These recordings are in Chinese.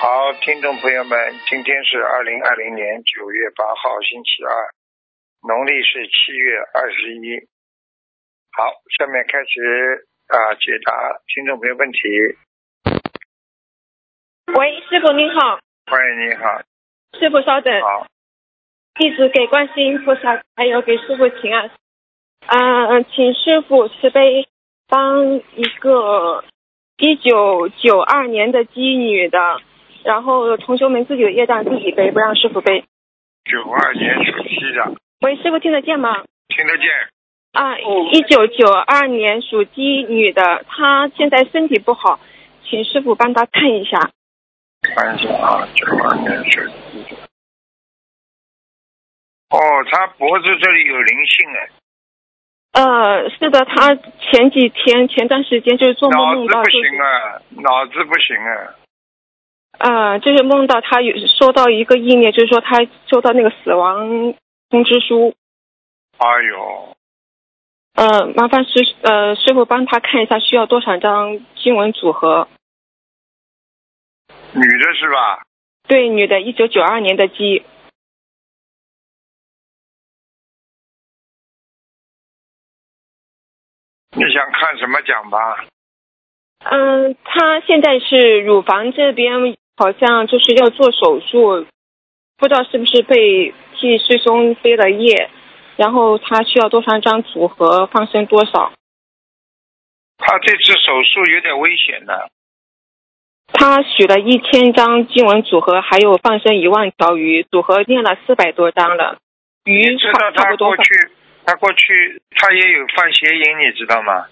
好，听众朋友们，今天是二零二零年九月八号，星期二，农历是七月二十一。好，下面开始啊、解答听众朋友问题。喂，师傅您好，欢迎你好，师傅稍等，好，弟子给观世音菩萨还有给师傅请安。嗯、请师傅慈悲帮一个一九九二年的鸡女的，然后同学们自己的业障自己背，不让师傅背。九二年属鸡的，喂，师傅听得见吗？听得见，啊，哦一九九二年属鸡女的，她现在身体不好，请师傅帮她看一下。看一下啊，九二年属鸡的。哦，他脖子这里有灵性哎，呃，是的，她前几天前段时间就是做脑梦子梦到不就是行啊，脑子不行啊，呃，就是梦到他有收到一个意念，就是说他收到那个死亡通知书。哎呦，呃，麻烦师呃师傅帮他看一下，需要多少张经文组合？女的是吧？对，女的，一九九二年的鸡。你想看什么奖吧？嗯、她现在是乳房这边好像就是要做手术，不知道是不是被替师兄背了业，然后她需要多少张组合，放生多少？他这次手术有点危险的，他许了一千张经文组合，还有放生一万条鱼，组合念了四百多张了，鱼你知道差差他不多过。去，他过去他也有犯邪淫，你知道吗？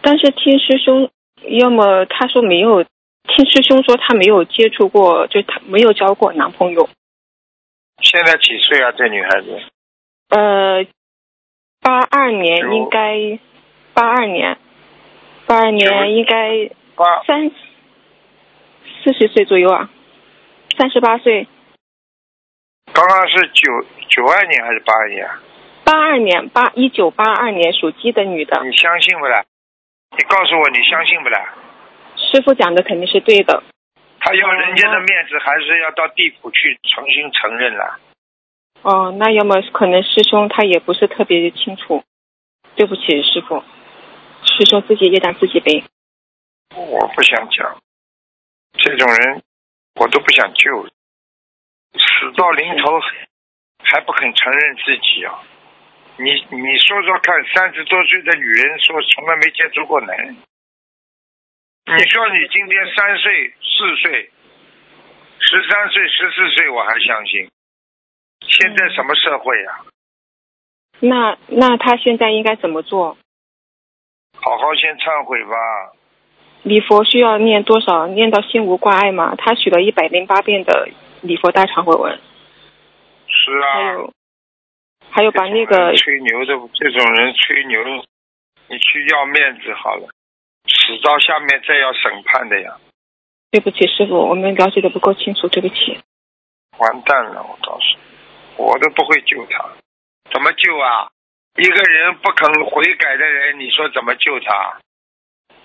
但是听师兄，要么他说没有，听师兄说他没有接触过，就他没有交过男朋友。现在几岁啊？这女孩子呃，八二年九应该，八二年，八二九年应该八三四十岁左右啊，三十八岁，刚刚是九九二年还是八二年啊？八二年八一九八二年属鸡的女的，你相信不啦？你告诉我，你相信不啦？师傅讲的肯定是对的。他要嗯人家的面子，还是要到地府去重新承认了？哦，那要么可能师兄他也不是特别清楚，对不起师傅，师兄自己也当自己背。我不想讲，这种人我都不想救，死到临头还不肯承认自己啊！你你说说看，三十多岁的女人说从来没接触过男人，嗯你说你今天三岁、四岁、十三岁、十四岁，我还相信。现在什么社会啊呀、那那他现在应该怎么做？好好先忏悔吧。礼佛需要念多少？念到心无挂碍吗？他许了一百零八遍的礼佛大忏悔文，是还啊。有还有把那个吹牛的这种人吹牛，你去要面子好了，死到下面再要审判的呀，对不起师傅，我们了解的不够清楚，对不起。完蛋了！我告诉你，我都不会救他，怎么救啊？一个人不肯悔改的人，你说怎么救他？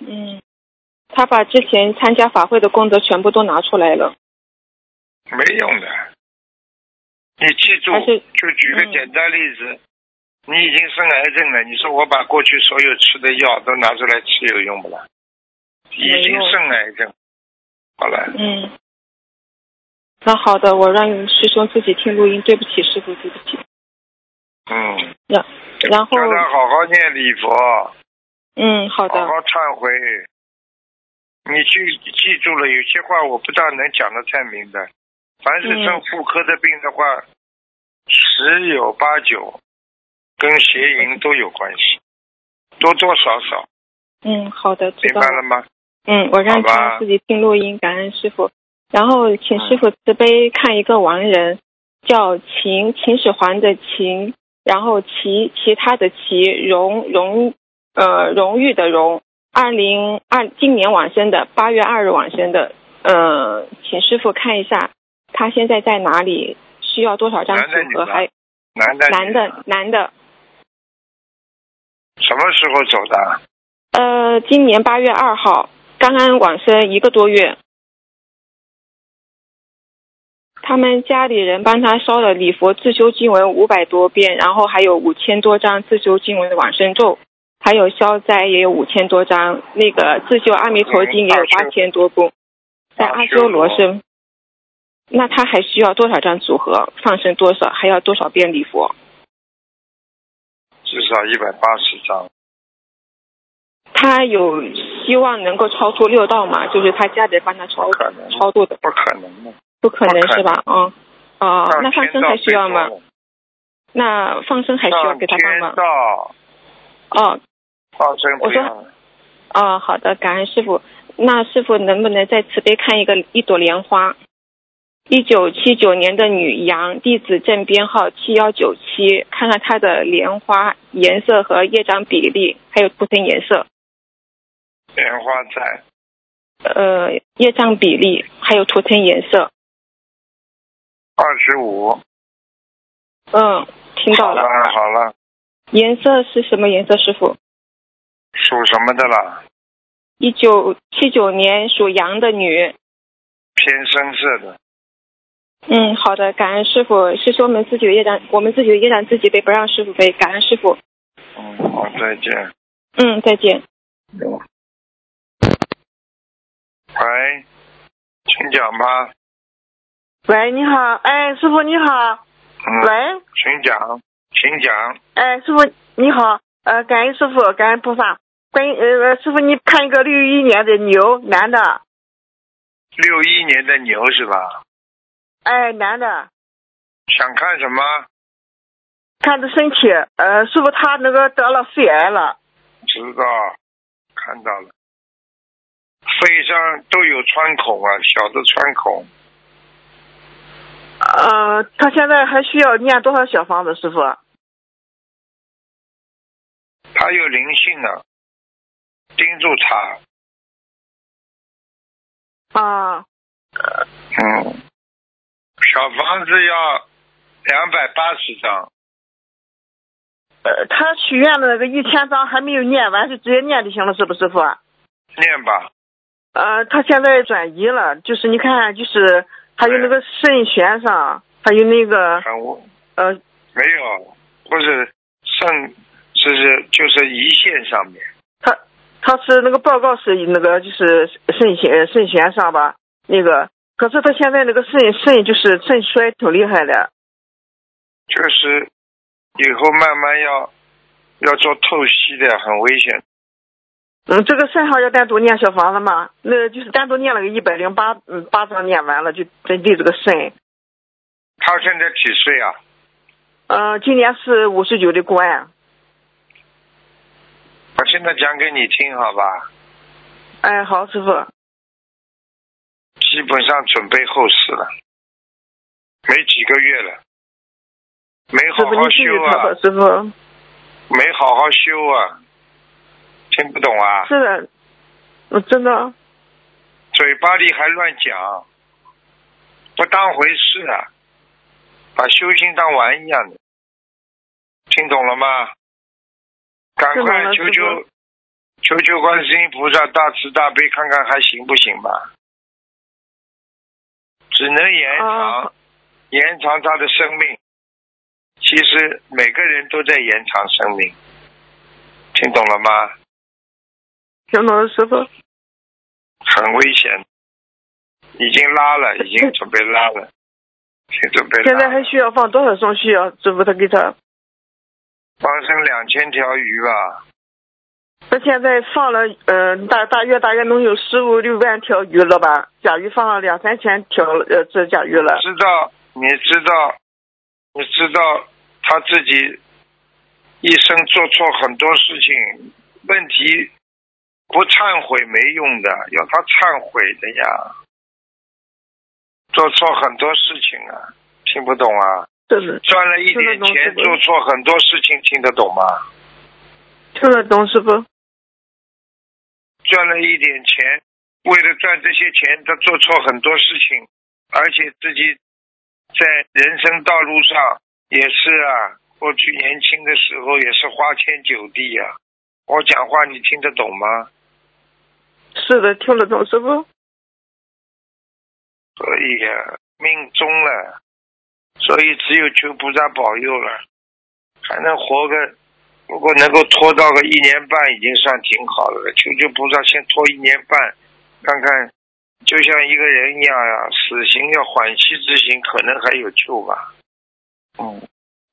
嗯，他把之前参加法会的功德全部都拿出来了。没用的。你记住但是，就举个嗯简单例子，你已经生癌症了，你说我把过去所有吃的药都拿出来吃有用不啦？已经没用生癌症，好了。嗯，那好的，我让师兄自己听录音，对不起师傅，对不起。嗯，然然后叫，他好好念礼佛，嗯，好好的，好忏悔。你去记住了，有些话我不大能讲的太明白。凡是生嗯妇科的病的话，十有八九跟邪淫都有关系，多多少少，嗯，好的，知明道白了了。吗？嗯，我好让吧嗯他自己听录音，感恩师傅。然后请师傅慈悲看一个亡人，叫秦秦始皇的秦，然后其其他的其荣荣呃荣誉的荣，二零二今年往生的，八月二日往生的，呃，请师傅看一下他现在在哪里，需要多少张男组的女合，的还男的，男的，男的，什么时候走的？呃，今年八月二号刚刚往生一个多月，他们家里人帮他烧了礼佛自修经文五百多遍，然后还有五千多张自修经文的往生咒，还有消灾也有五千多张，那个自修阿弥陀经也有八千多部，在阿修罗生。那他还需要多少张组合？放生多少？还要多少遍礼佛？至少一百八十张。他有希望能够超出六道嘛？就是他家里人帮他超不可能超度的，不可能的。不可能不可能是吧？啊、啊、上那放天生道还需最要多吗了？那放生还需要上给他放吗天？道哦放生不我说要了，哦，好的，感恩师傅。那师傅能不能再慈悲看一个一朵莲花？一九七九年的女羊，地址证编号七幺九七，看看它的莲花颜色和叶张比例，还有图腾颜色，莲花在呃，叶张比例，还有图腾颜色。二十五。嗯，听到好了了。好了，颜色是什么颜色，师傅？属什么的啦？一九七九年属羊的女。偏深色的。嗯，好的，感恩师傅。是说我们自己的业障，我们自己的业障自己背，不让师傅背。感恩师傅。嗯，好，再见。嗯，再见。喂，请讲吧。喂，你好，哎，师傅你好，嗯，喂，请讲，请讲。哎，师傅你好，呃，感恩师傅，感恩菩萨，关于呃，师傅你看一个六一年的牛，男的，六一年的牛是吧？哎，男的，想看什么？看着身体，呃，师傅他那个得了肺癌了，知道，看到了。肺上都有穿孔啊，小的穿孔，呃，他现在还需要念多少小房子，师傅？啊它有灵性啊，盯住它。啊，嗯，小房子要两百八十张。呃，他许愿的那个一千张还没有念完，就直接念就行了，是不是，师傅？念吧，呃，他现在转移了，就是你看，就是还有那个肾旋上，还有那个很无呃没有，不是肾，就是就是胰腺上面，他他是那个报告是那个就是肾旋肾旋上吧，那个可是他现在那个肾肾就是肾衰挺厉害的，就是以后慢慢要要做透析的，很危险。嗯，这个肾上要单独念小房子嘛，那就是单独念了个一百零八嗯八章念完了，就针对这个肾，他现在几岁啊？呃，今年是五十九的官，我现在讲给你听，好吧？哎，好师傅，基本上准备后事了，没几个月了，没师好傅你好继续修操啊作，，师傅没好好修啊，听不懂啊？是的，我真的，嘴巴里还乱讲，不当回事啊，把修行当玩一样的，听懂了吗？赶听快懂了求师求求求观世音菩萨大慈大悲，看看还行不行吧？只能延长、啊延长他的生命。其实每个人都在延长生命，听懂了吗？听懂了师傅，很危险，已经拉了，已 经准备拉了，已经准备拉现了。在还需要放多少张需要师傅他给他放生两千条鱼吧，那现在放了，呃，大大约大约能有十五六万条鱼了吧？甲鱼放了两三千条，呃，这甲鱼了。知道？你知道？你知道他自己一生做错很多事情，问题不忏悔没用的，要他忏悔的呀。做错很多事情啊，听不懂啊？这是赚了一点听得懂钱，听做得懂错很多事情，听得懂吗？听得懂师傅？赚了一点钱，为了赚这些钱，他做错很多事情，而且自己在人生道路上也是啊，过去年轻的时候也是花天酒地呀、我讲话你听得懂吗？是的，听得懂师傅。所以呀、命中了，所以只有求菩萨保佑了，还能活个，如果能够拖到个一年半，已经算挺好的了。求求菩萨先拖一年半，看看，就像一个人一样呀、死刑要缓期执行，可能还有救吧。嗯，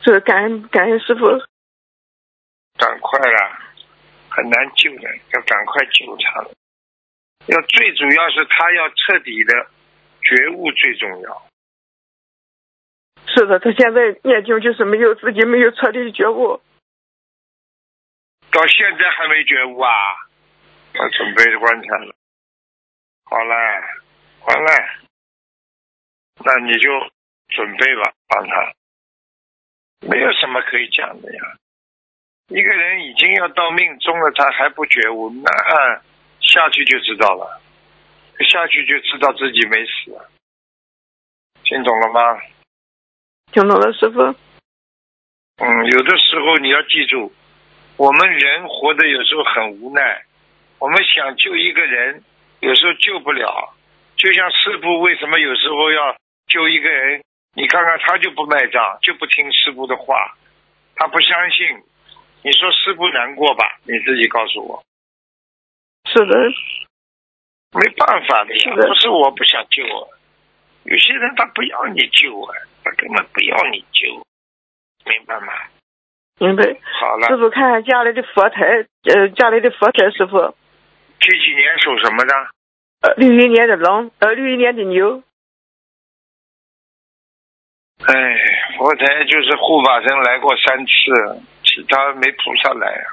是感恩感恩师傅，赶快啦，很难救的，要赶快救他了。要最主要是他要彻底的觉悟最重要。是的，他现在念经就是没有自己没有彻底觉悟，到现在还没觉悟啊？他准备棺材了。好了，完了，那你就准备吧，帮他。没有什么可以讲的呀。一个人已经要到命中了，他还不觉悟，那啊下去就知道了，下去就知道自己没死。啊听懂了吗？听懂了，师傅。嗯，有的时候你要记住，我们人活得有时候很无奈，我们想救一个人，有时候救不了。就像师傅为什么有时候要救一个人？你看看他就不卖账，就不听师傅的话，他不相信。你说师傅难过吧？你自己告诉我，是的，没办法的呀，是的不是我不想救啊，有些人他不要你救啊，他根本不要你救，明白吗？明白。好了师，傅看看家里的佛台，呃，家里的佛台，师傅，七几年属什么的？呃，六一年的狼，呃，六一年的牛，哎，佛台就是护法神来过三次，其他没菩萨来啊。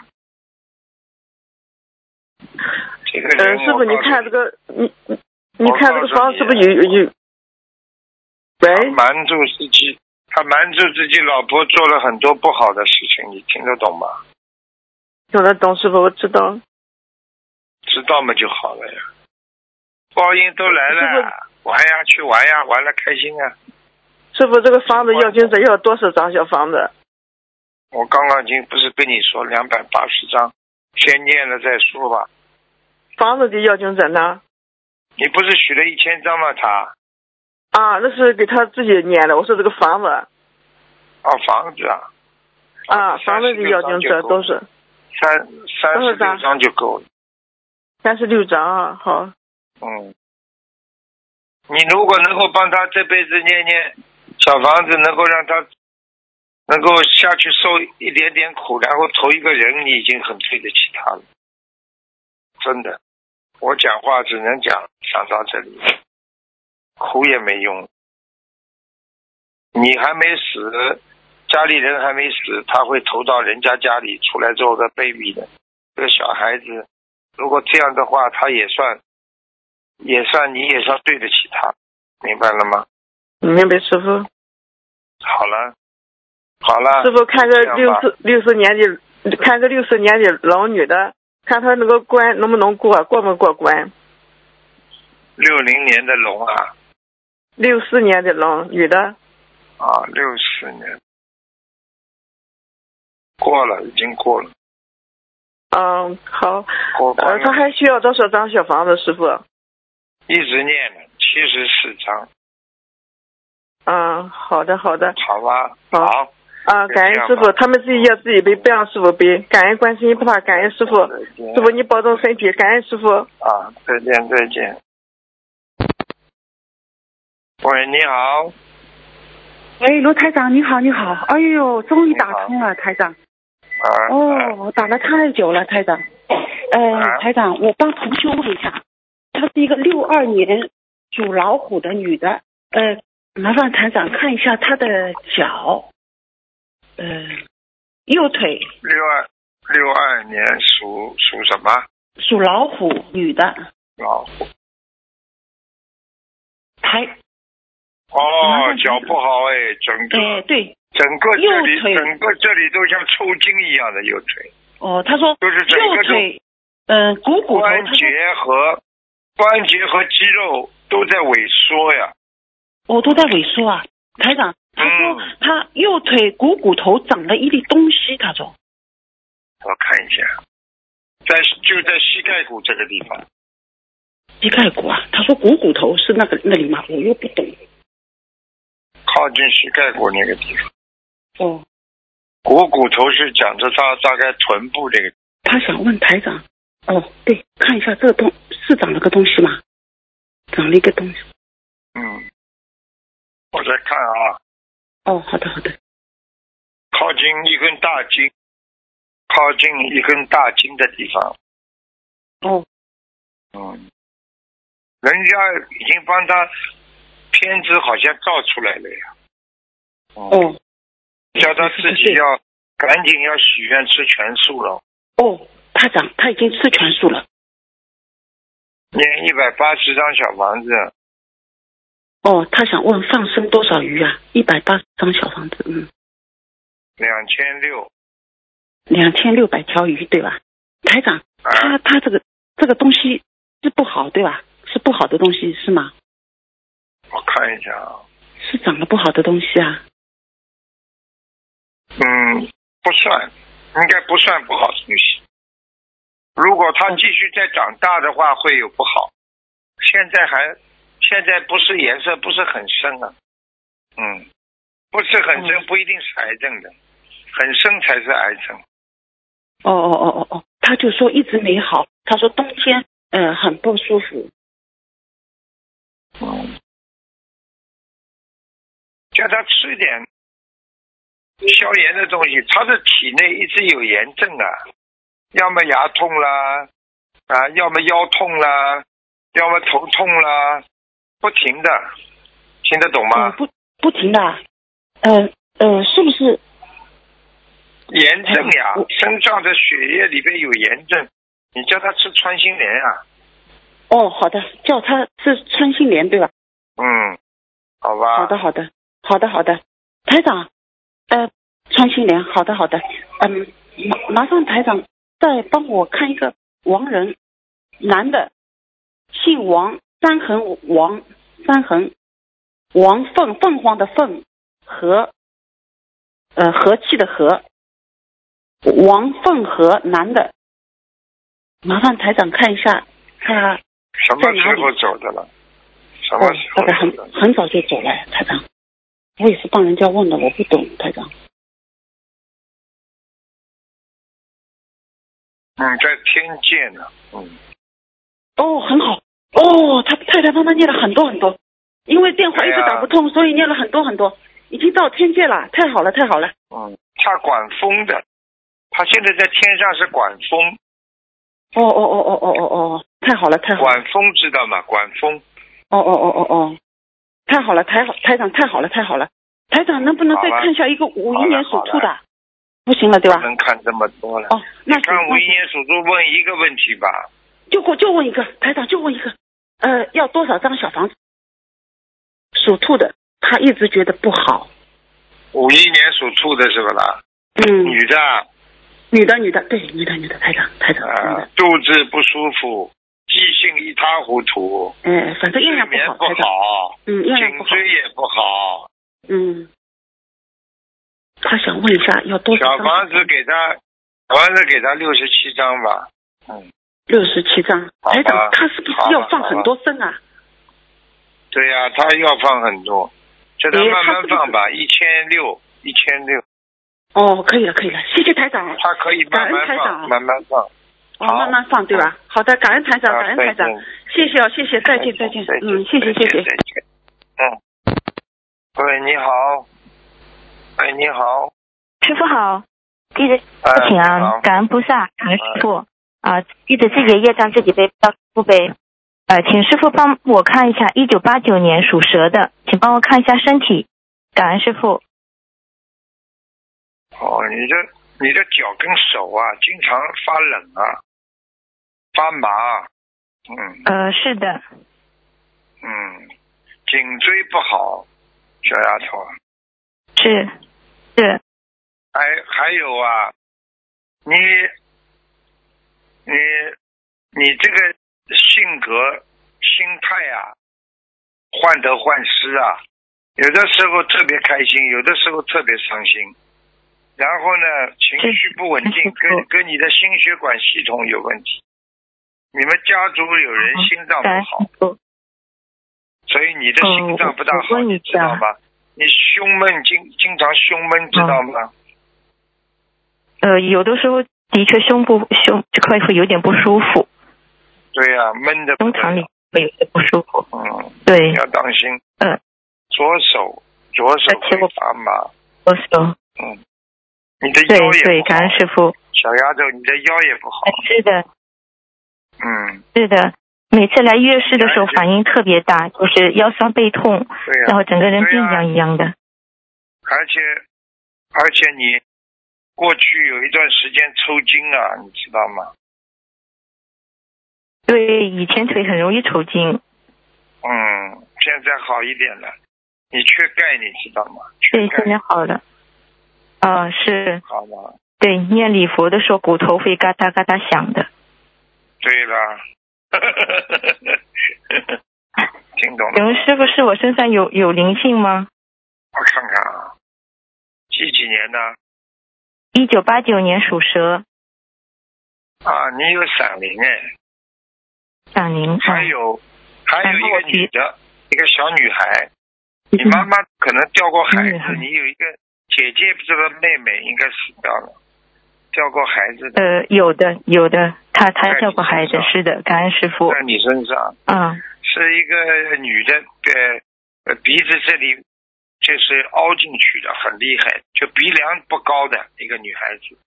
这个呃，人，师傅，我你告诉看这个，你你你我看这个告诉房你是不是有有有？喂，他瞒住自己，他瞒住自己老婆做了很多不好的事情，你听得懂吗？听得懂，师傅，我知道。知道嘛就好了呀。报应都来师了，玩呀，去玩呀，玩了开心啊！师傅，这个房子要金子要多少张小房子？我刚刚已经不是跟你说两百八十张，先念了再说吧。房子的要金子呢？你不是许了一千张吗？他啊，那是给他自己念的。我说这个房子啊，房子啊，啊，房子的要金子都是三三多十少张六张就够了。三十六张啊。好，嗯，你如果能够帮他这辈子念念小房子，能够让他能够下去受一点点苦，然后投一个人，你已经很对得起他了。真的，我讲话只能讲讲到这里，哭也没用。你还没死，家里人还没死，他会投到人家家里出来之后的 baby 的。这个小孩子，如果这样的话，他也算也算你也算对得起他，明白了吗？明白，师傅。好了，好了师，傅看个啊这样吧六四六四年的，看个六四年的老女的，看她那个关能不能过，过没过关？六零年的龙啊六四年的老女的啊，六四年过了，已经过了，嗯，好，过关呃，她了，还需要多少张小房子，师傅？一直念呢，七十四章，嗯，好的，好的，好吧，好好，啊，就这感恩样师吧傅，他们自己要自己背，不让师傅背，感恩观世音菩萨，感恩师傅，再见师傅你保重身体，感恩师傅，哎啊，再见，再见。喂，你好，喂，罗台长，你好，你好，哎呦，终于打通了，台长。啊，哦，我打了太久了，台长。啊呃，台长，我帮同学问一下，她是一个六二年属老虎的女的，呃，麻烦台长看一下她的脚，呃，右腿六二六二年属属什么？属老虎女的，老虎。台，哦，脚不好哎，整个、呃，对，整个这里右腿整个这里都像抽筋一样的右腿，哦，她说就是整个右都腿，嗯、股骨头，关她节说，和关节和肌肉都在萎缩呀。我都在萎缩啊，台长，她说嗯她右腿股骨头长了一粒东西，她说。我看一下，在就在膝盖骨这个地方，膝盖骨啊，他说股骨头是那个那里吗？我又不懂。靠近膝盖骨那个地方，哦，股骨头是讲着大大概臀部这个，他想问台长，哦，对，看一下这个东是长了个东西吗？长了一个东西。嗯，我在看啊，哦，好的好的，靠近一根大筋，靠近一根大筋的地方，哦，嗯，人家已经帮他片子好像照出来了呀，哦，哦叫他自己要赶紧要许愿吃全素了，哦，台长他已经吃全素了。念一百八十张小房子，哦，他想问放生多少鱼啊？一百八十张小房子，嗯，两千六，两千六百条鱼对吧？台长，啊，他他这个这个东西是不好对吧？是不好的东西是吗？我看一下啊，是长得不好的东西啊？嗯，不算，应该不算不好的东西。如果它继续再长大的话，会有不好。现在还，现在不是颜色不是很深啊，嗯，不是很深嗯不一定是癌症的，很深才是癌症。哦哦哦哦哦，他就说一直没好，他说冬天呃很不舒服。叫他吃点消炎的东西，他的体内一直有炎症啊，要么牙痛啦，啊，要么腰痛啦，要么头痛啦，不停的，听得懂嗯吗？不不停的啊，呃呃，是不是？炎症呀哎我，身上的血液里边有炎症，你叫他吃穿心莲啊，哦，好的，叫他是穿心莲对吧？嗯，好吧，好的，好的，好的，好的，台长，呃，穿心莲，好的，好的，嗯，麻麻烦台长再帮我看一个王人，男的，姓王，三横王，三横，王凤凤凰的凤，和，呃，和气的和，王凤和，男的，麻烦台长看一下他，什么时候走的了？什么时候嗯大概很走的？很早就走了，台长，我也是帮人家问的，我不懂，台长。嗯，在天界呢，嗯。哦，很好。哦，他太太帮他念了很多很多，因为电话一直打不哎通，所以念了很多很多，已经到天界了，太好了，太好了。嗯，他管风的，他现在在天上是管风，哦哦哦哦哦哦哦，太好了，太好了。管风知道吗？管风，哦哦哦哦哦，太好了，台好台长，太好了，太好了。台长，能不能再好了看一下一个五好一了年属好兔了的？不行了，对不吧？能看这么多了。啊哦，那行看那五一行，年属猪问一个问题吧，就过就问一个，台长就问一个，呃，要多少张小房子？属兔的，他一直觉得不好。五一年属兔的是不啦？嗯，女的啊、女的，女的，对，女的，女的，台长，台长，女的，肚子不舒服，记性一塌糊涂，哎，反正睡样样不眠好，不台长，好，嗯，样样不颈好，椎也不好。嗯。他想问一下要多少小张？房子给他，小房子给他六十七张吧。嗯，六十七张。好吧台长，他是不好吧是要放很多声啊？对呀、他要放很多，叫他哎慢他慢是不是放吧，一千六，一千六。哦，可以了，可以了，谢谢台长。他可以慢慢感恩台放，长慢慢放。哦，好慢慢放，对吧？好的，感恩台长，啊感恩台长再见，谢谢哦，谢谢，再见，再见，嗯，谢再谢，见谢谢再。见。嗯。喂，你好。喂，你好。师傅好，弟子哎，请你好哎啊，感恩菩萨，感恩师傅啊，弟子自己的业障自己背，不要师傅背。呃，请师傅帮我看一下，一九八九年属蛇的，请帮我看一下身体，感恩师傅。哦，你的你的脚跟手啊，经常发冷啊，发麻啊。嗯呃，是的，嗯，颈椎不好，小丫头啊。是是，还哎还有啊，你你你这个性格心态啊，患得患失啊，有的时候特别开心，有的时候特别伤心，然后呢，情绪不稳定，嗯跟跟你的心血管系统有问题。你们家族有人嗯心脏不感恩好师，傅。所以你的心脏不大嗯我好，我问你一知道下吗？你胸闷经经常胸闷，知道吗？哦呃，有的时候的确胸部胸这块会有点不舒服，对呀、闷的不胸得了膛里会有些不舒服。嗯，对你，要当心。哦嗯。呃左手左手那结会果发麻，我手嗯，你的对腰也不好对，哎哦感恩师傅。小丫头，你的腰也不好，是的，嗯，是的，每次来月事的时候反应特别大，就是腰酸背痛，对啊呀、然后整个人对病呀殃殃的。而且而且你过去有一段时间抽筋啊，你知道吗？对，以前腿很容易抽筋。嗯，现在好一点了。你缺钙，你知道吗？缺对，钙现，在好了。啊、是好了。对，念礼佛的时候骨头会嘎哒嘎哒响的。对了， 听懂请了问吗？师傅，是我身上有有灵性吗？我看看啊，几几年的？一九八九年属蛇，啊，你有闪灵哎，闪灵。还有还有然后一我个女的，一个小女孩，嗯你妈妈可能掉过孩女孩子，你有一个姐姐，这个妹妹应该死掉了，掉过孩子的呃，有的，有的，他他在叫你过孩子身，上是的，感恩师呃傅在。你身上，嗯，是一个女的，呃，呃鼻子这里就是凹进去的，很厉害，就鼻梁不高的一个女孩子，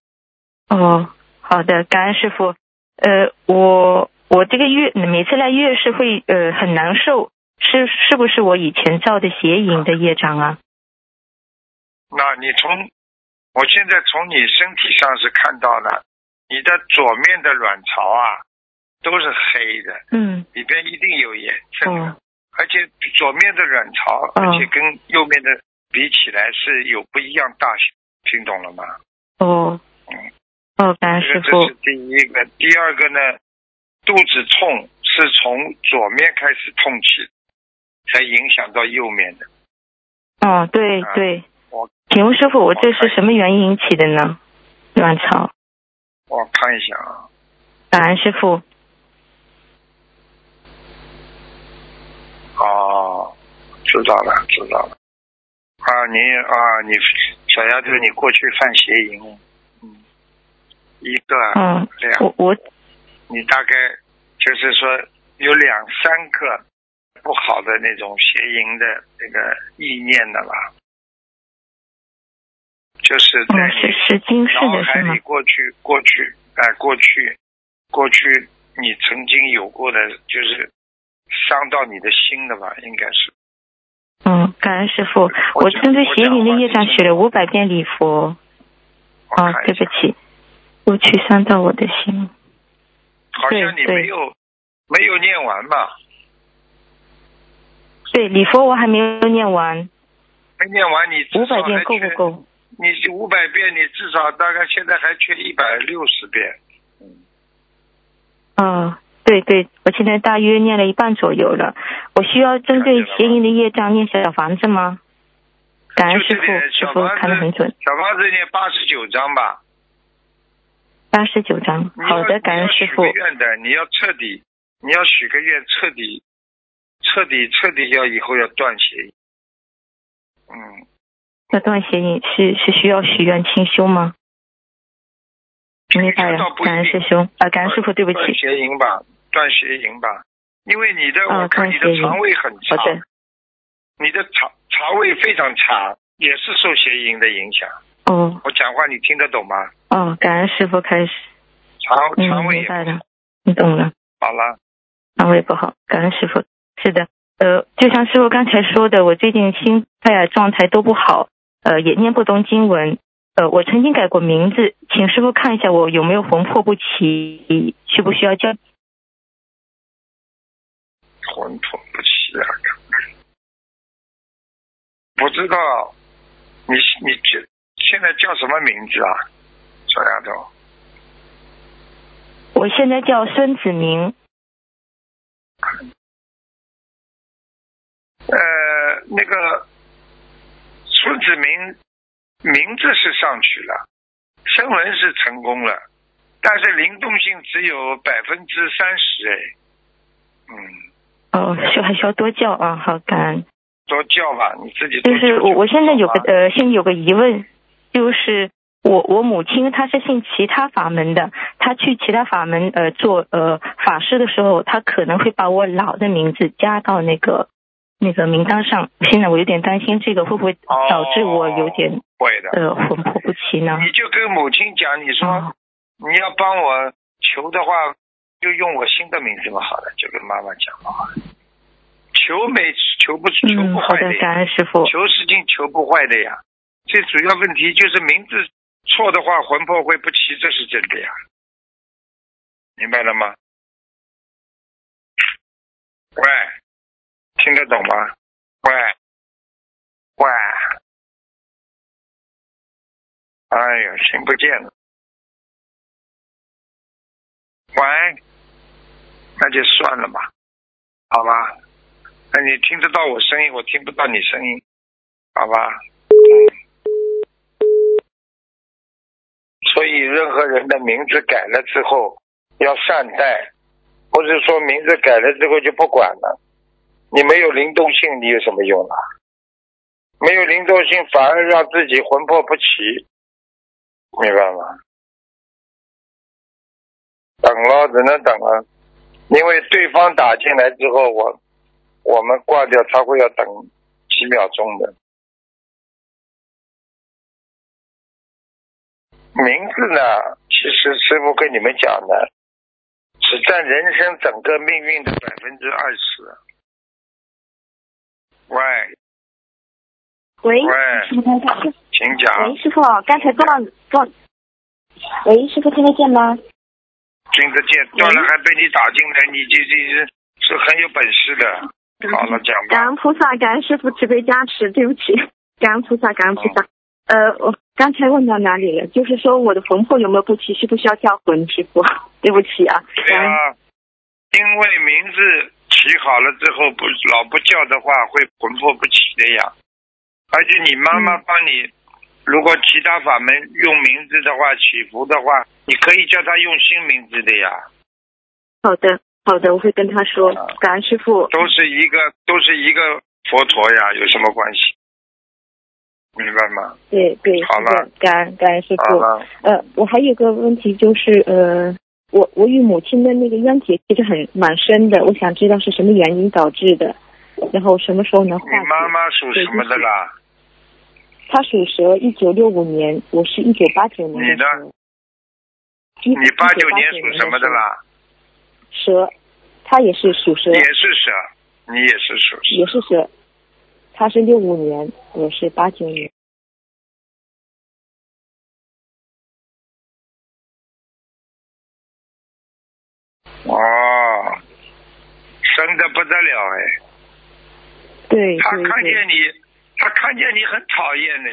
哦，好的，感恩师傅。呃，我我这个月每次来月是会呃很难受，是是不是我以前造的邪淫的业障啊？那你从，我现在从你身体上是看到了，你的左面的卵巢啊，都是黑的，嗯，里边一定有炎症的，哦，而且左面的卵巢，嗯而且跟右面的比起来是有不一样大小，听懂了吗？哦，哦，感恩这师个傅这是。第一个，第二个呢，肚子痛是从左面开始痛起，才影响到右面的。哦，对啊对我。请问师傅，我这我看是什么原因引起的呢？卵巢，我看一下啊，感恩师傅。哦，知道了，知道了。啊，你啊，你小丫头，你过去犯邪淫，嗯，一个啊嗯，两个我我你大概就是说有两三个不好的那种邪淫的那个意念的吧，就是在嗯是你是近视脑的海是吗里？过去过去哎、过去过去你曾经有过的，就是伤到你的心的吧，应该是嗯，感恩师傅，我我讲针对我邪讲淫的话业你障先取了五百遍礼佛。我哦看，一对不下，起，我去伤到我的心。好像对你对没有没有念完吧？对，礼佛我还没有念完，没念完你至五百少还遍够不缺够？你五百遍，你至少大概现在还缺一百六十遍。嗯，对对，我现在大约念了一半左右了。我需要针对看见了吗邪淫的业障念小房子吗？感恩就这师傅，点师小傅房子看得很准，小房子念八十九章吧。八十九章。你好要的，感恩师傅你要许。个愿的，你要彻底，你要许个愿，彻底，彻底，彻底要以后要断邪。嗯，那段邪淫是是需要许愿清修吗？明白了倒，不一定呃感恩师兄啊，感恩师傅，对不起断，邪淫吧，断邪淫吧，因为你的、啊我看你的断邪淫肠胃很好差，的，你的肠肠胃非常差，也是受邪淫的影响。哦我讲话你听得懂吗？哦，感恩师傅开始，肠肠嗯，胃明也白了，你懂了。好了，肠胃不好，感恩师傅。是的，呃，就像师傅刚才说的，我最近心态啊状态都不好，呃，也念不懂经文，呃，我曾经改过名字，请师傅看一下我有没有魂魄不齐，需不需要叫？魂魄不齐啊！不知道你你这现在叫什么名字啊，小丫头？我现在叫孙子明，呃，那个孙子明名字是上去了，声纹是成功了，但是灵动性只有百分之三十哎，嗯，呃哦，需还需要多叫啊，好，感恩。多叫吧，你自己多就是叫我我就现在有好个了呃，现在有个疑问，就是我我母亲她是信其他法门的，她去其他法门呃做呃法事的时候，她可能会把我老的名字加到那个那个名单上。现在我有点担心这个会不会导致我有点、会的。呃魂魄不齐呢？你就跟母亲讲，你说、啊你要帮我求的话，就用我新的名字吧，好了，就跟妈妈讲嘛。好了求没求不求嗯，不好坏的，呀，感恩师傅。求事情求不坏的呀。最主要问题就是名字错的话，魂魄会不齐，这是真的呀。明白了吗？喂，听得懂吗？喂，喂，哎呀，听不见了。喂，那就算了吧，好吧？那你听得到我声音，我听不到你声音，好吧？嗯。所以，任何人的名字改了之后，要善待，或者说名字改了之后就不管了。你没有灵动性，你有什么用啊？没有灵动性，反而让自己魂魄不齐，明白吗？等咯，只能等了，因为对方打进来之后，我我们挂掉，他会要等几秒钟的。名字呢，其实师傅跟你们讲的，只占人生整个命运的百分之二十。喂喂，师喂，傅听得见？请讲喂，，师傅，刚才多少多？喂，师傅听得见吗？听得见，断了还被你打进来，你这这是是很有本事的。好了，讲吧。感恩菩萨，感恩师傅慈悲加持。对不起， 感恩菩萨，感恩菩萨。呃，我刚才问到哪里了？就是说我的魂魄有没有不齐，需不需要叫魂？师傅， 对不起啊。对啊，因为名字起好了之后不老不叫的话，会魂魄不齐的呀。而且你妈妈帮你，如果其他法门用名字的话，祈福的话，你可以叫她用新名字的呀，好的，好的，我会跟他说啊。感恩师傅。都是一个都是一个佛陀呀，有什么关系？明白吗？啊对对，好了是的感恩感恩师好傅。了，呃，我还有个问题就是，呃，我我与母亲的那个冤结其实很蛮深的，我想知道是什么原因导致的，然后什么时候能化你妈解？妈属什么的啦？她属蛇，一九六五年，我是一九八九年你呢蛇。你你八九年属什么的？啦？蛇，她也是属蛇也，是蛇，你也是属蛇。也是蛇，她是六五年，我是八九年。哦，深的不得了哎！对他对看对，见你，他看见你很讨厌的，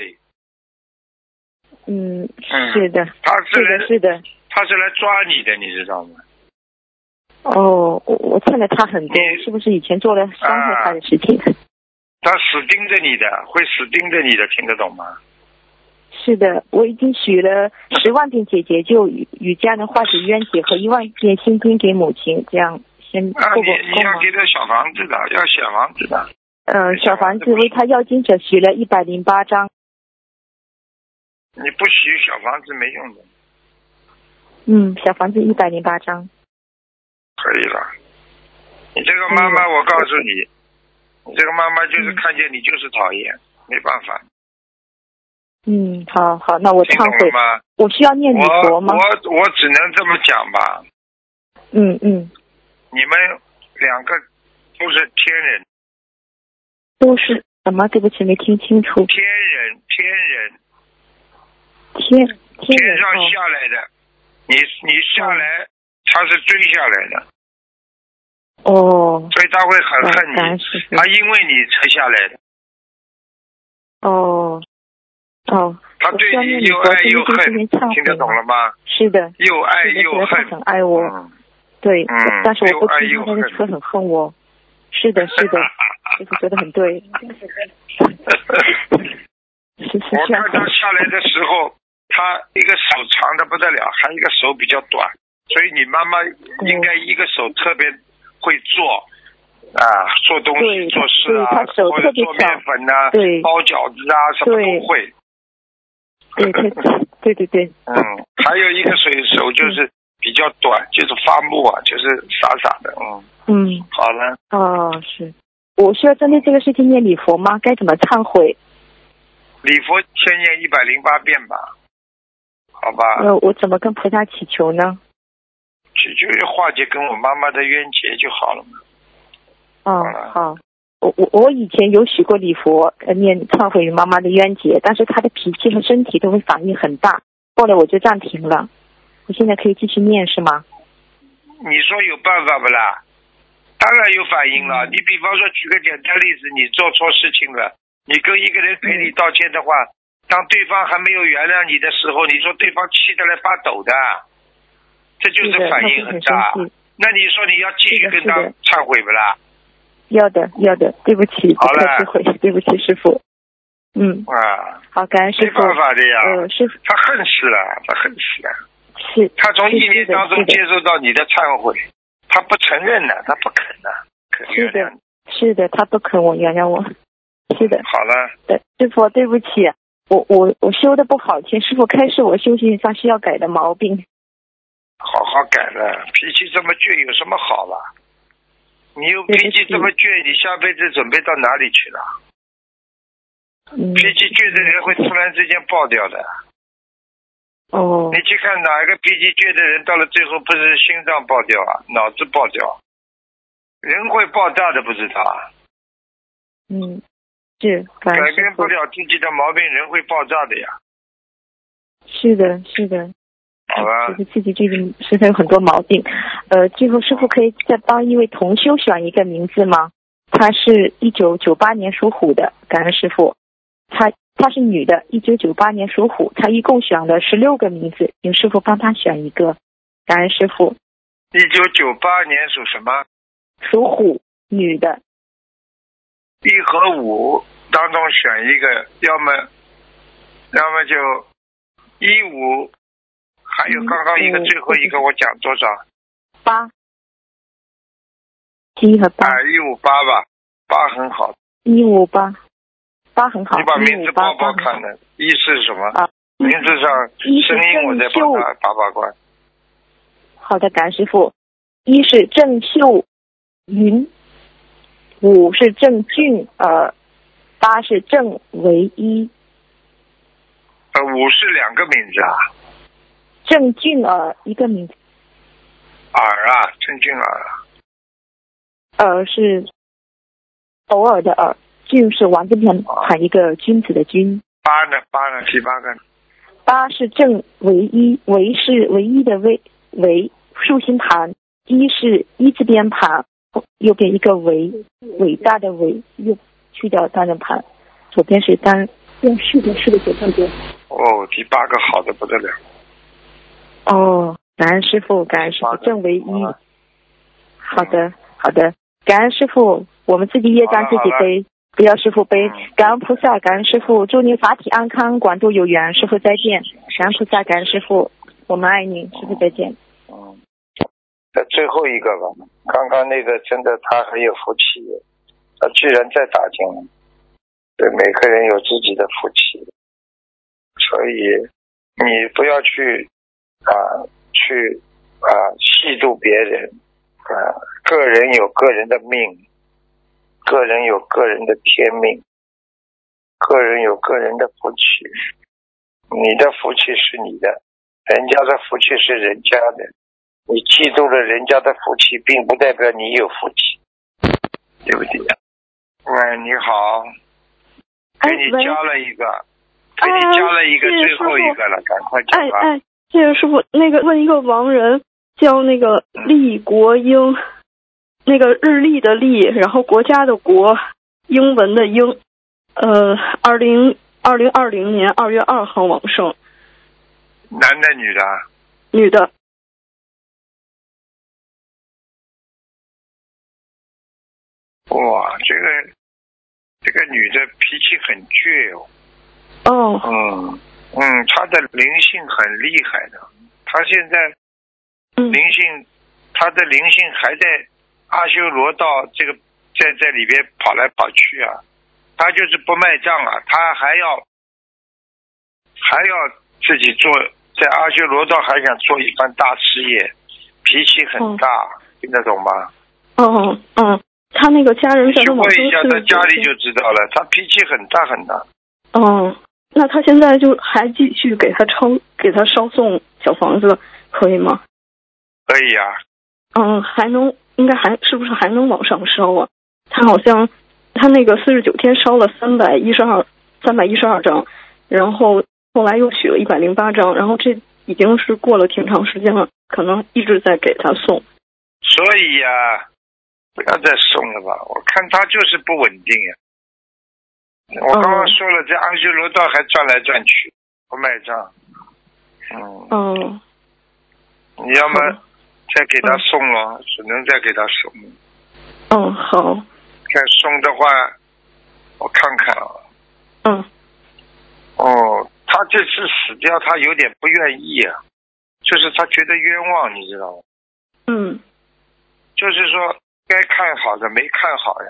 嗯，嗯是的，他是是来的，是的。他是来抓你的，你知道吗？哦，我我欠了他很多你，啊是不是以前做了伤害他的事情？他死盯着你的，会死盯着你的，听得懂吗？ 是的，我已经许了十万遍解结就与与家人化解冤结和一万遍心经给母亲，这样先够啊，不你够你要吗？给他小房子的，要小房子的，呃，小房子为他要经者许了一百零八张，你不许小房子没用的，嗯，小房子一百零八张，可以了。你这个妈妈，嗯我告诉你，你这个妈妈就是看见你就是讨厌，没办法，嗯，好好，那我听懂忏了悔，吗？我需要念礼我佛吗？我我只能这么讲吧。嗯嗯，你们两个都是天人，都是什么？对不起，没听清楚，天人，天人，天天嗯天人嗯上哦，下来的。你你下来，他是追下来的，哦，所以他会很恨感你，哎恩师傅他，因为你才下来的，哦哦，他我对需要念你礼又佛，爱又这恨边，忏悔听得懂了吗？是的，又爱是的，觉又得他哎恨，很爱我，嗯，对，嗯哎但是我又不爱听他，但又是车很恨我。是的，是 的，师傅说的很对，我看是是这样他的。下来的时候，他一个手长的不得了，还一个手比较短，所以你妈妈应该一个手特别会做，啊，做东西对做事啊对他，手或者特别做面巧粉呐、对包饺子啊，什么对都会。对他，对对对，嗯，还有一个手手就是比较短，就是发木啊，就是傻傻的。嗯，嗯，好了，哦，是，我需要针对这个事情念礼佛吗？该怎么忏悔？礼佛先念一百零八遍吧，好吧，呃，我怎么跟菩萨祈求呢？就就是化解跟我妈妈的冤结就好了嘛。哦好了，好。我我我以前有许过礼佛，呃，念忏悔于妈妈的冤结，但是她的脾气和身体都会反应很大，后来我就暂停了。我现在可以继续念是吗？你说有办法不啦？当然有反应嗯了。你比方说，举个简单例子，你做错事情了，你跟一个人赔礼道歉的话，嗯当对方还没有原谅你的时候，你说对方气得来发抖的，这就对是的，她反会应很很生大。气。那你说你要继续是的跟他是的忏悔不啦？要的，要的，对不起，不好嘞太智慧，对不起，师傅。嗯，啊，好，感恩没师傅。办法的呀，呃，师傅他恨死了，他恨死了。是他从意念当中是的接受到你的忏悔，他不承认呢，他不肯呢，肯原谅你。是的，他不肯我原谅我。是的，好了，对，师傅，对不起，我我我修的不好，请师傅开示我修行上需要改的毛病。好好改了，脾气这么倔有什么好了？你有对不脾气起这么倔，你下辈子准备到哪里去了？嗯，脾气倔的人会突然之间爆掉的。哦你，去看哪一个脾气倔的人，到了最后不是心脏爆掉啊，脑子爆掉，人会爆炸的，不知道啊。嗯，是，感恩改哎师变傅不。了自己的毛病，人会爆炸的呀。是的，是的。好吧就是自己最近身上有很多毛病，呃，最后师傅可以再帮一位同修选一个名字吗？她是一九九八年属虎的，感恩师傅。她她是女的，一九九八年属虎，她一共选了十六个名字，请师傅帮她选一个，感恩师傅。一九九八年属什么？属虎，女的，一和五当中选一个，要么，要么就一五，还有刚刚一个嗯最后一个我讲多少？八，七和八啊，，一五八吧，八很好，一五八，八很好，你把一名字五报八报八很好看。呢。一是什么？啊名字上一是声音我再帮郑秀他把把关。好的，感恩师傅。一是郑秀云，五是郑俊，呃，八是郑唯一，呃，五是两个名字啊，郑俊呃一个名字，尔啊，郑俊尔啊。呃是偶尔的尔，俊是王字旁喊一个君子的君。八呢？八呢？第八个呢八是郑唯一，唯是唯一的唯，唯竖心旁，一是一字边旁，右边一个伟，伟大的伟，右去掉单人旁，左边是单，用竖的竖的左半边。哦，第八个好的不得了。哦，感恩师傅，感恩师好傅，的郑唯一好的。好的，好的，感恩师傅，我们自己业障好自的己好的背，不要师傅背嗯。感恩菩萨，感恩师傅，祝您法体安康，广度有缘，师傅再见。感恩菩萨，感恩师傅，我们爱您，师傅再见。嗯，那最后一个吧，刚刚那个真的他很有福气，他居然再打进来。对，每个人有自己的福气，所以你不要去啊、去啊、嫉妒别人啊、个人有个人的命，个人有个人的天命，个人有个人的福气，你的福气是你的，人家的福气是人家的，你嫉妒了人家的福气，并不代表你有福气，对不对呀？喂，你好，给哎你喂加了一个，给你加了一个，哎最后一个了，赶快讲哎吧。哎，谢谢师傅。那个问一个亡人叫那个嗯利国英，那个日历的历，然后国家的国，英文的英，呃，二零二零二零年二月二号往生，男的女的啊？女的，哇，这个这个女的脾气很倔哦。哦，嗯嗯，她的灵性很厉害的，她现在嗯灵性，她的灵性还在阿修罗道这个在在里边跑来跑去啊，他就是不卖账啊，他还要还要自己做，在阿修罗道还想做一番大事业，脾气很大，听得懂吗？哦，嗯，他那个家人你在去那问往生一下寺他里家里边就知道了，他脾气很大很大。嗯哦，那他现在就还继续给他抄给他烧送小房子，可以吗？可以啊，嗯，还能应该还是不是还能往上烧啊？他好像他那个四十九天烧了三百一十二三百一十二张，然后后来又许了一百零八张，然后这已经是过了挺长时间了，可能一直在给他送。所以呀、不要再送了吧，我看他就是不稳定呀、我刚刚说了，在阿修罗道还转来转去，不卖账。嗯，嗯，你要么好的再给他送了，只能再给他送。嗯，好，再送的话，我看看啊。嗯哦，他这次死掉，他有点不愿意啊，就是他觉得冤枉，你知道吗？嗯就是说该看好的没看好呀。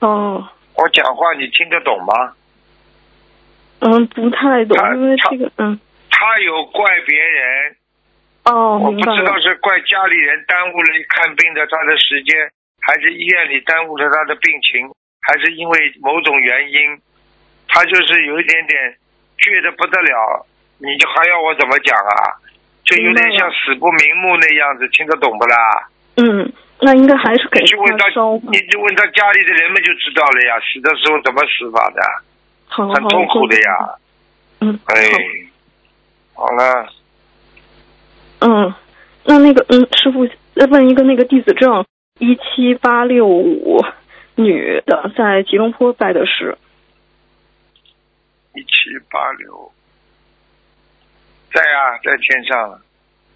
哦我讲话你听得懂吗？嗯，不太懂他，因为这个嗯他有怪别人，哦，我明不白知了道。是怪家里人耽误了看病的他的时间，还是医院里耽误了他的病情，还是因为某种原因，他就是有一点点倔得不得了。你就还要我怎么讲啊？就有点像死不瞑目那样子，听得懂不啦？嗯，那应该还是给你去问他烧吧，你就问他家里的人们就知道了呀。死的时候怎么死法的，好好很痛苦的呀。。嗯，哦好哎，好了，嗯，那那个嗯，师傅再问一个那个弟子证一七八六五女的，在吉隆坡拜的师。一七八六，在啊，在天上了，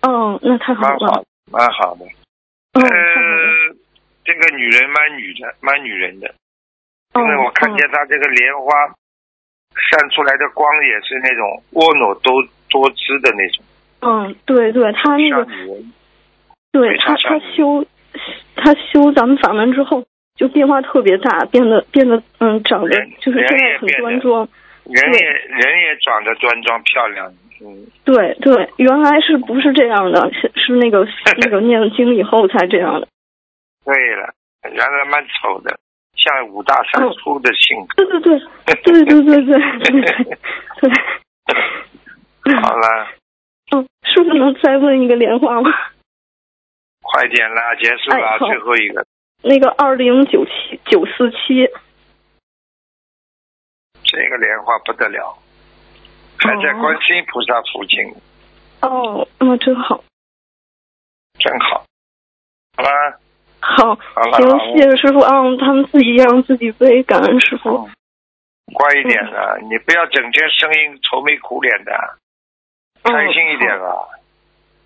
哦，那太好蛮好了。，蛮好的。嗯，太好呃，这个女人蛮女的，蛮女人的，因了。为我看嗯见她这个莲花散出来的光也是那种婀娜多多姿的那种，嗯，对对，他那个像女人。对非他常他像你修他修咱们法门之后，就变化特别大，变得变得嗯，长得人就是人现也在很变端得庄。人对也人也长得端庄漂亮，嗯，对对，原来是不是这样的？是是 那个那个念了经以后才这样的。对了，原来蛮丑的，像五大三粗的性格。对对对对对对对对对。 好了，嗯，师傅能再问一个莲花吗？快点啦，结束啦，哎好最后一个，那个二零九七九四七，这个莲花不得了，还在观世音菩萨附近，哦，嗯，真好，真好。好啦，好，好了好了行，谢谢师傅啊，他们自己让自己背，感恩嗯师傅。乖一点啦，你不要整天声音愁眉苦脸的，嗯开心一点啊，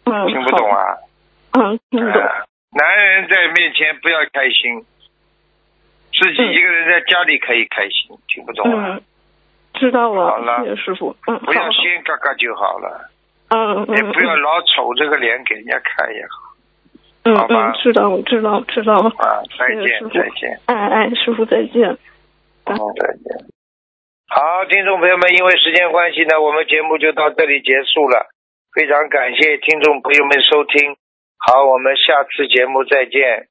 嗯，听不懂好，啊？嗯，听不懂，哎男人在面前不要开心，自己嗯一个人在家里可以开心，听不懂啊？嗯，知道好了了，谢谢师傅，嗯，不好，要好先嘎嘎就好了，嗯嗯也嗯，不要老瞅这个脸给人家看也好嗯好吧嗯，知道了知道了知道了，啊。再谢谢见师，傅再见。哎哎，师傅再见。嗯，再见。好，听众朋友们，因为时间关系呢，我们节目就到这里结束了。非常感谢听众朋友们收听，好，我们下次节目再见。